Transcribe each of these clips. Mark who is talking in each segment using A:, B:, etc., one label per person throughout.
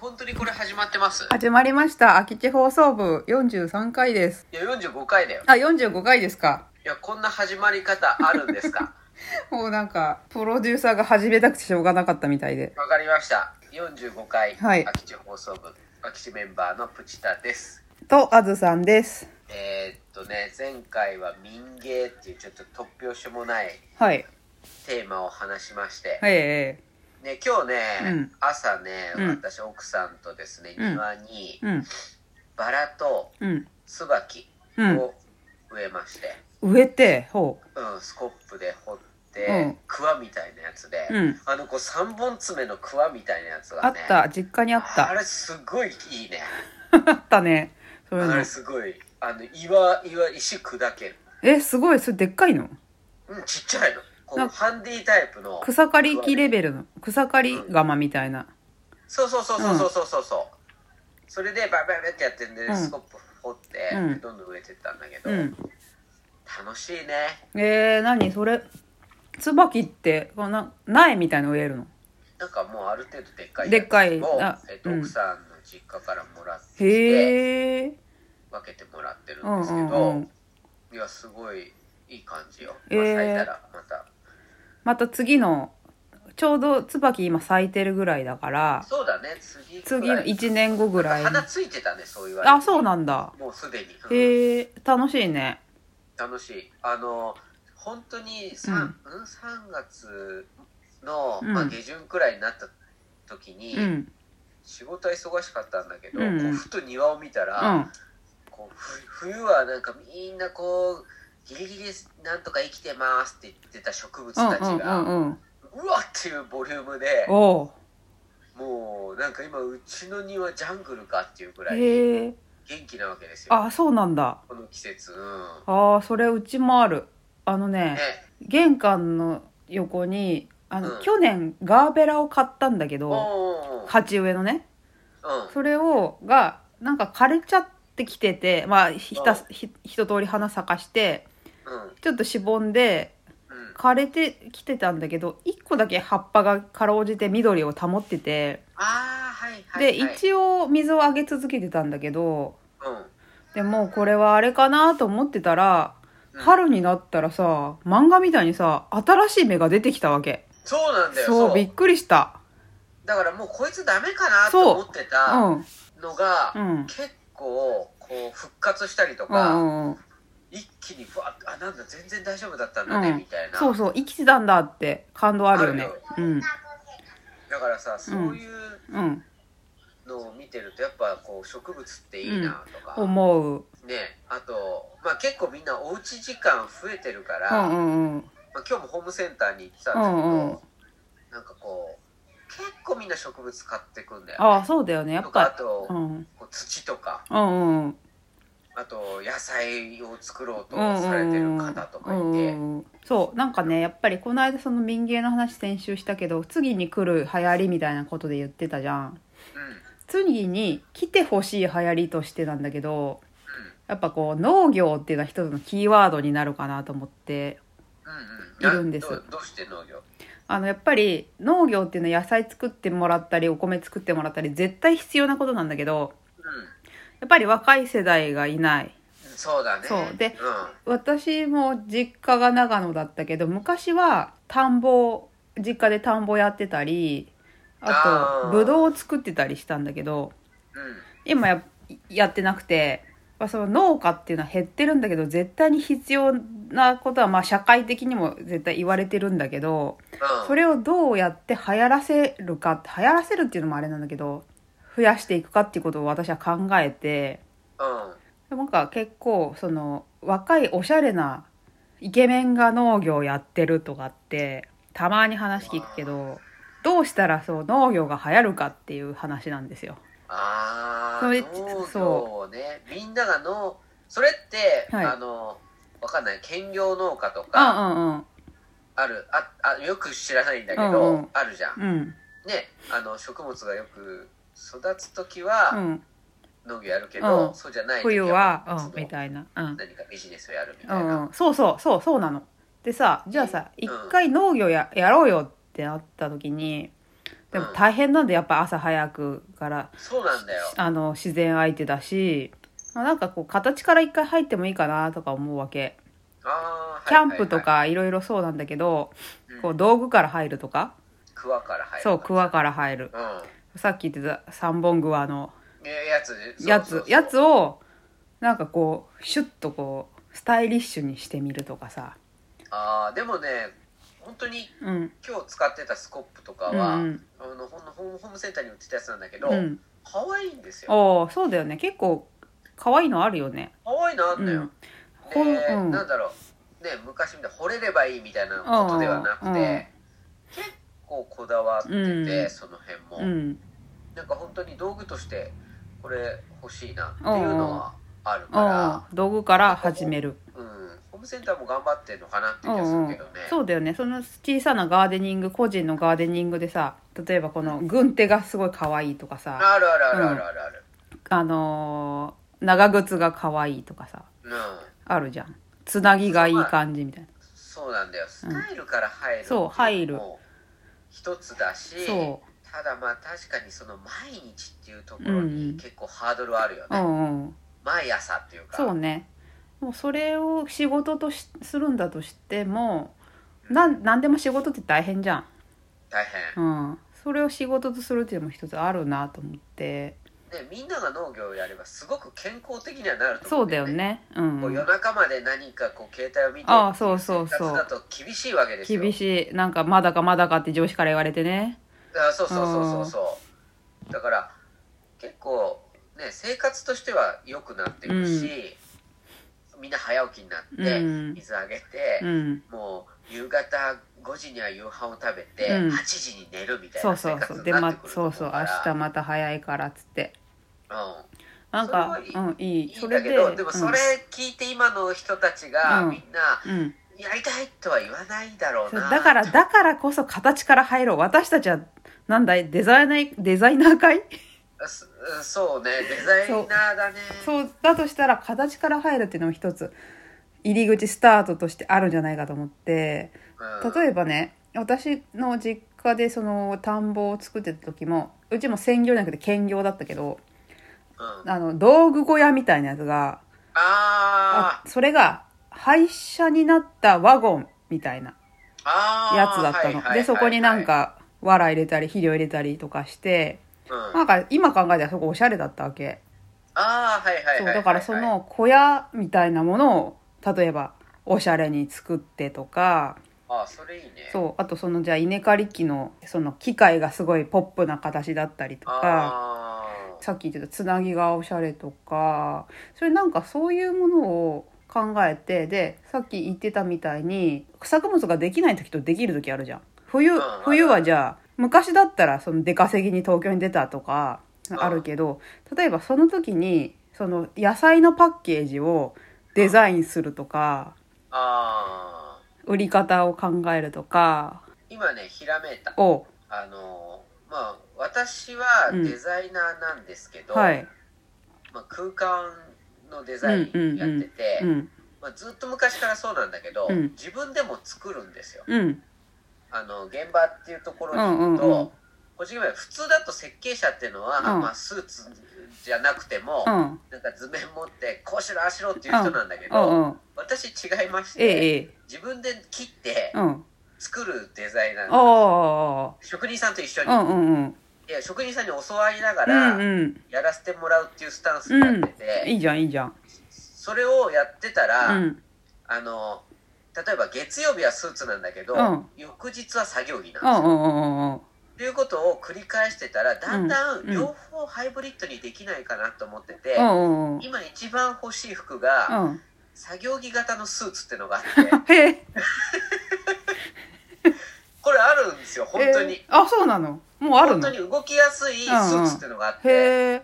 A: 本当にこれ始まってます。
B: 始まりました。空き地放送部43回です。
A: いや、45回だよ。
B: あ、45回ですか。
A: いや、こんな始まり方あるんです か
B: もうなんか、プロデューサーが始めたくてしょうがなかったみたいで。
A: わかりました。45回、
B: はい
A: 空き地放送部、空き地メンバーのプチタです。
B: と、あずさんです。
A: えー、っとね、前回は民芸っていうちょっと突拍子もない
B: はい。
A: テーマを話しまして、
B: はい、え
A: ね、今日ね、
B: うん
A: 朝ね、
B: うん
A: 私奥さんとですね、
B: うん
A: 庭に
B: えうん、
A: バラと
B: うん、
A: 椿
B: うん。
A: を植えまして、
B: 植えて、ほ
A: うん、スコップで掘って、
B: うん
A: 桑みたいなやつで、
B: う。うん。
A: あのこう3本爪の桑みたいなやつ
B: あ
A: が
B: っ
A: ね
B: た。実家にあっ
A: あ
B: た。
A: れすごいいいね
B: あったね。そういう
A: あ
B: の
A: れ。すごいあの岩岩石砕ける
B: え、すごい。それでっかいの
A: うんちっちゃいのこ
B: なん
A: うハンディタイプの
B: 草刈り機レベルの。草刈り釜みたいな。
A: そうそうそうそうそうそうそうそうそれでバイバイバイってやってんで、
B: うん
A: スコップ掘って、
B: うん
A: どんどん植えてったんだけど、
B: うん。
A: 楽しいね
B: えー、何それ。椿って、こうな、苗みたいの植えるの
A: なんかもうある程度でっかい
B: でっかい
A: やつを
B: あ
A: えっと
B: うん
A: 奥さんの実家からもらってきて
B: へえ。
A: 分けてもらってる
B: うんん
A: ですけ
B: う
A: ど、
B: んうん。
A: いやすごいいい感じよ、
B: えー
A: まあ咲いたらまた
B: また次のちょうど椿今咲いてるぐらいだから
A: そうだね次
B: 次の1年後ぐらい
A: 花ついてたねそう言われ
B: あそううなんだ
A: もうすでに、うん
B: へえ楽しいね
A: 楽しいあの本当に 3,、うん、3月の、
B: うん
A: まあ、下旬くらいになった時に、
B: うん
A: 仕事は忙しかったんだけど、
B: うん
A: こうふと庭を見た
B: う
A: ら、
B: ん
A: こうふ冬はなんかみんなこうギリギリなんとか生きてますって言ってた植物
B: うん
A: たちが、う
B: うんうんうん
A: わっていうボリュームで
B: お
A: もうなんか今うちの庭ジャングルかっていうぐ
B: う
A: らい元
B: へえ
A: 気なわけですよ
B: あそうなんだ
A: この季節う
B: あーそれうちもあるあの
A: んね
B: ね玄関の横にあの、
A: うん
B: 去年ガーベラを買ったんだけ
A: おう
B: ど
A: おうおう
B: 鉢植えのね
A: うん
B: それをがなんか枯れちゃってきててまあひたすひ一通り花咲かして
A: うん
B: ちょっとしぼんで
A: うん
B: 枯れてきてたんだけど1個だけ葉っぱがかろうじて緑を保ってて、
A: ああはいはいはい
B: で一応水をあげ続けてたんだけど
A: うん
B: でもうこれはあれかなと思ってたら、
A: うん
B: 春になったらさ漫画みたいにさ新しい芽が出てきたわけ
A: そうなんだよ
B: そう
A: そう
B: びっくりした
A: だからもうこいつダメかな
B: そ
A: と
B: う
A: 思って
B: う
A: た
B: んうん
A: のが、
B: うん
A: 結構こう復活したりと
B: う
A: か、
B: んうん
A: 一気にふわっあなんだ全然大丈夫だったんだね、
B: うん
A: みたいな
B: そうそう生きてたんだって感動あるよね
A: あるよ
B: うん
A: だからさそういう
B: うん
A: のを見てるとやっぱこう植物っていいなとか、
B: 思う
A: ねあと、まあ、結構みんなおうち時間増えてるか
B: う
A: ら、
B: ん
A: ま
B: う
A: あ、
B: んうん
A: 今日もホームセンターに行ってたん
B: う
A: ですけど、
B: んうん
A: なんかこう結構みんな植物買ってくんだよ、ね、
B: ああそうだよねや
A: と
B: っ
A: かあ
B: ぱ
A: と、
B: うん
A: こう土とか
B: うんうんうん
A: あと野菜を作ろうとされてる方とかいて、
B: うんうんそうなんかねやっぱりこの間その民芸の話先週したけど次に来る流行りみたいなことで言ってたじゃん次に来てほしい流行りとしてなんだけどやっぱこう農業っていうのは一つのキーワードになるかなと思って
A: うんうんうん
B: いるんです
A: などどうして農業
B: あのやっぱり農業っていうのは野菜作ってもらったりお米作ってもらったり絶対必要なことなんだけど
A: う
B: やっぱり若い世代がいない
A: んそうだね
B: そうで
A: うん、あ
B: 私も実家が長野だったけど昔は田んぼ実家で田んぼやってたりあ
A: あー
B: とぶどうを作ってたりしたんだけど今ややってなくて、まあ、その農家っていうのは減ってるんだけど絶対に必要なことはまあ社会的にも絶対言われてるんだけど
A: うん
B: それをどうやって流行らせるかって流行らせるっていうのもあれなんだけど増やしていくかっていうことを私は考えて。
A: うん
B: でもなんか結構その若いおしゃれなイケメンが農業やってるとかってたまに話聞くけどどうしたらそう農業が流行るかっていう話なんですよ。
A: ああ
B: そ
A: 農
B: れ
A: 業をねみんなが農それって、
B: はい
A: あのわかんない兼業農家と
B: う
A: か
B: ん
A: あるああよく知らないんだけど、
B: うんうん
A: あるじゃん
B: うんうん
A: ねあの食物がよく育つ時は
B: うんうん
A: 農業やるけど、
B: うん
A: そうじゃない時
B: 冬は、
A: 別
B: うん、
A: の
B: みたいな、うん
A: 何かビジネスをやるみ
B: う
A: たいな、
B: んうん、そうそうそうそうなの。でさじゃあさ
A: うん
B: 一回農業ややろうよってなった時にでも大変なんでやっぱ朝早くから
A: そうなんだよ
B: あの自然相手だし、まあ、なんかこう形から一回入ってもいいかなとか思うわけ
A: あー
B: キャンプと
A: は
B: かいろいろそうなんだけど
A: いはいはい
B: こ
A: う
B: うん道具から入るとか
A: クワから入る
B: そうクワから入る
A: うん
B: さっき言ってた三本グワの
A: いややつねそう
B: や
A: そう
B: つ
A: そう
B: やつをなんかこうシュッとこうスタイリッシュにしてみるとかさ
A: あーでもね本当に
B: うん
A: 今日使ってたスコップとか
B: うんう
A: は、
B: ん
A: あのほんのホームホームセンターに売ってたやつなんだけど、
B: うん
A: 可愛いんですよ
B: おーそうだよね結構可愛いのあるよね
A: 可愛いのあんだよ、
B: う
A: で、
B: んほんうん
A: なんだろうね昔みたいに惚れればいいみたいなことではなくて、
B: うんうん
A: 結構こだわってて、
B: うん
A: その辺も、
B: うん
A: なんか本当に道具としてこれ欲しいなっていうのはあるか
B: うん道具から始める
A: ら、うんホームセンターも頑張ってるのかなって気がするけどね、
B: そうだよねその小さなガーデニング個人のガーデニングでさ例えばこの軍手がすごい可愛いとかさ
A: あるあるあるあるあるある、
B: あのー長靴が可愛いとかさ
A: うん
B: あるじゃんつなぎがいい感じみたいな
A: そうなんだよスタイルから入るってい
B: そう入
A: う
B: る
A: のも一つだし、
B: そ
A: ただまあ確かにその毎日っていうところ
B: うん
A: に結構ハードルあるよ
B: うう
A: ね、
B: んうん
A: 毎朝っていうか
B: そうねもうそれを仕事としするんだとしてもなん何でも仕事って大変じゃ
A: 大変、
B: ん、うん、それを仕事とするっていうのも一つあるなと思って
A: ね、みんなが農業をやればすごく健康的にはなると
B: そ
A: 思
B: うだよねうん
A: こう夜中まで何かこう携帯を見て
B: ああそうそう
A: 生
B: そう
A: 活だと厳しいわけですよ
B: 厳しいなんかまだかまだかって上司から言われてね
A: あそうそうそうそうそうだから結構ね生活としては良くなってるし、みんな早起きになって、
B: うん
A: 水あげて、
B: うん
A: もう夕方5時には夕飯を食べて、
B: うん
A: 8時に寝るみたい
B: そう
A: な
B: そ
A: 生
B: う
A: 活
B: そう
A: に
B: で
A: なって
B: ま
A: くると
B: そ
A: 思
B: う
A: う
B: そう
A: から
B: 明日また早いからっつって
A: うん
B: なんか
A: それ
B: うんいい
A: いい
B: そ
A: ん
B: れ
A: だ
B: で
A: けどでもそれ聞いて今の人たちが、
B: うん
A: みんな
B: うん、うん
A: やりたいとは言わないだろう
B: そう
A: な
B: だからだからこそ形から入ろう私たちはなんだいデザイナーデザイナー会
A: そそうねデザイナーだね
B: そうだとしたら形から入るっていうのも一つ入り口スタートとしてあるんじゃないかと思って
A: うん
B: 例えばね私の実家でその田んぼを作ってた時もうちも専業じゃなくて兼業だったけど
A: うん
B: あの道具小屋みたいなやつが
A: あ
B: あそれが廃車になったワゴンみたいな
A: ーあー
B: やつだった
A: はいはいはい
B: の。
A: はい
B: でそこになん、か藁入れたり肥料入れたりとかして
A: うん、
B: なんか今考えたらそこおしゃれだったわけ。
A: あーはいはいはい
B: そう
A: はい
B: だからその小屋みたいなものを例えばおしゃれに作ってとか
A: あーそれいいね
B: そうあとそのじゃあ稲刈り機のその機械がすごいポップな形だったりとか
A: あ
B: さっき言ってたつなぎがおしゃれとかそれなんかそういうものを考えてでさっき言ってたみたいに作物ができない時とできる時あるじゃん。冬
A: うん
B: 冬はじゃあ昔だったらその出稼ぎに東京に出たとかあるけど例えばその時にその野菜のパッケージをデザインするとか
A: ああ
B: 売り方を考えるとか
A: ー今ねひらめいた
B: を
A: あのーまあ私は
B: うん
A: デザイナーなんですけど、
B: はい、
A: まあ、空間のデザインやってて、
B: うん
A: まあ、ずっと昔からそうなんだけど、
B: うん
A: 自分でも作るんですよ
B: うん
A: あの現場っていうところに
B: うんうん
A: 行くと、
B: うん
A: 個人的には普通だと設計者っていうのは、
B: うん
A: まあ、スーツじゃなくても、
B: うん
A: なんか図面持ってこうしろああしろっていう人なんだけ
B: う
A: ど、
B: んうん
A: 私違いまし
B: ええ
A: て、
B: ええ
A: 自分で切って
B: うん
A: 作るデザイナー
B: あ
A: なんで
B: あ
A: す職人さんと一緒に、
B: うんうんうん
A: いや職人さんに教わりなが
B: う
A: ら
B: んうん
A: やらせてもらうっていうスタンスにな
B: う
A: っ
B: ん
A: てて、
B: いいじゃんいいじゃん
A: それをやってたら、
B: うん
A: あの例えば月曜日はスーツなんだけど、
B: うん
A: 翌日は作業着なんです
B: うん
A: よ。
B: うんうんうん
A: っていうことを繰り返してたらだんだ
B: うんんうん
A: 両方ハイブリッドにできないかなと思ってて、
B: うんうん
A: 今一番欲しい服が、
B: うん
A: 作業着型のスーツってのがあ って
B: へえ
A: これあるんですよ本当に、
B: えーあそうなのもうある
A: 本当
B: の
A: に動きやすいスーツってのがあって、
B: へえ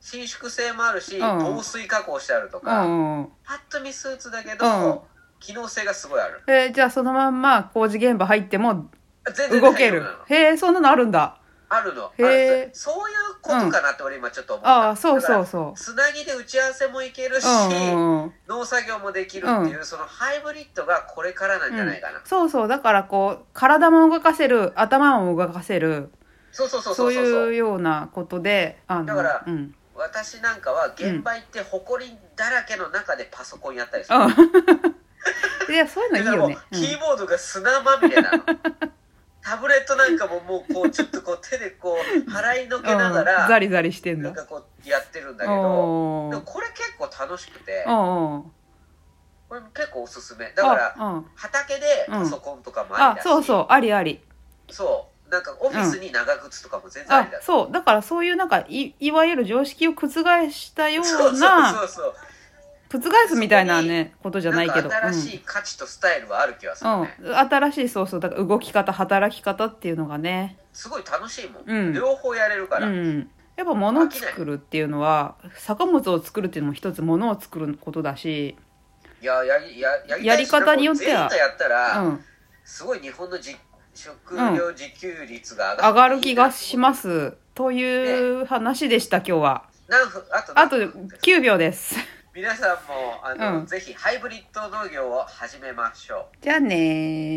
A: 伸縮性もあるし、
B: んうん
A: 防水加工してあると
B: う
A: か、
B: んうん
A: パッと見スーツだけど、
B: うん
A: 機能性がすごいある
B: えーじゃあそのまんま工事現場入っても
A: 全然
B: 動け
A: 大丈夫
B: る
A: なの
B: へえそんなのあるんだ
A: あるのあ
B: へ
A: る
B: え
A: そうそういうことかなって俺今ちょっと思った、
B: ああそうそう
A: う
B: そう
A: つなぎで打ち合わせもいけるし、
B: うんうんうん
A: 農作業もできるっていう、そのハイブリッドがこれからなんじゃないかな、
B: そうそうだからこう体も動かせる頭も動かせる
A: そうそうそう
B: そ
A: そううそうそう
B: いうようなことであの
A: だから
B: うん、
A: 私なんかは現場行って埃だらけの中でパソコンやったりする、
B: あいやそういうのいい
A: だから
B: よ
A: もう
B: ね、
A: キーボードが砂まみれなのタブレットなんかももうこうちょっとこう手でこう払いのけなが
B: うんザ
A: ら
B: リザリしてん
A: なん
B: だ
A: かこうやってるんだけど
B: お
A: でも
B: ー
A: これ結構楽しくて
B: おー
A: これ結構おすすめだから
B: あ,、うん、
A: 畑でパソコンとかもあり
B: あ
A: だし、
B: そうそうありあり
A: そうなんかオフィスに長靴とかも全然あ
B: あ
A: りだし、
B: そうだからそういうなんかいいわゆる常識を覆した よ
A: そう
B: う
A: そ
B: な
A: うそう
B: 覆すみたいなねことじ
A: そう
B: ゃ
A: な
B: な
A: いん
B: け
A: か
B: ど
A: 新しい価値とスタイルはある気がす
B: う
A: る
B: ん
A: ね、
B: うん、新しいそうそうだから動き方働き方っていうのがね
A: すごい楽しいもん、
B: うん
A: 両方やれるから、
B: うん、やっぱ物を作るっていうのは作物を作るっていうのも一つ物を作ることだし、
A: いややりややりたいし
B: やり方によっては
A: なんか全部やったら、
B: うん、
A: すごい日本のじ食料自給率が
B: 上
A: 上
B: が
A: が
B: る気がし
A: す
B: ますという話でした今日は
A: 何分あと
B: あ
A: 何
B: と
A: 分
B: 9秒です
A: 皆さんもあの、
B: うん
A: ぜひハイブリッド農業を始めましょう
B: じゃあねー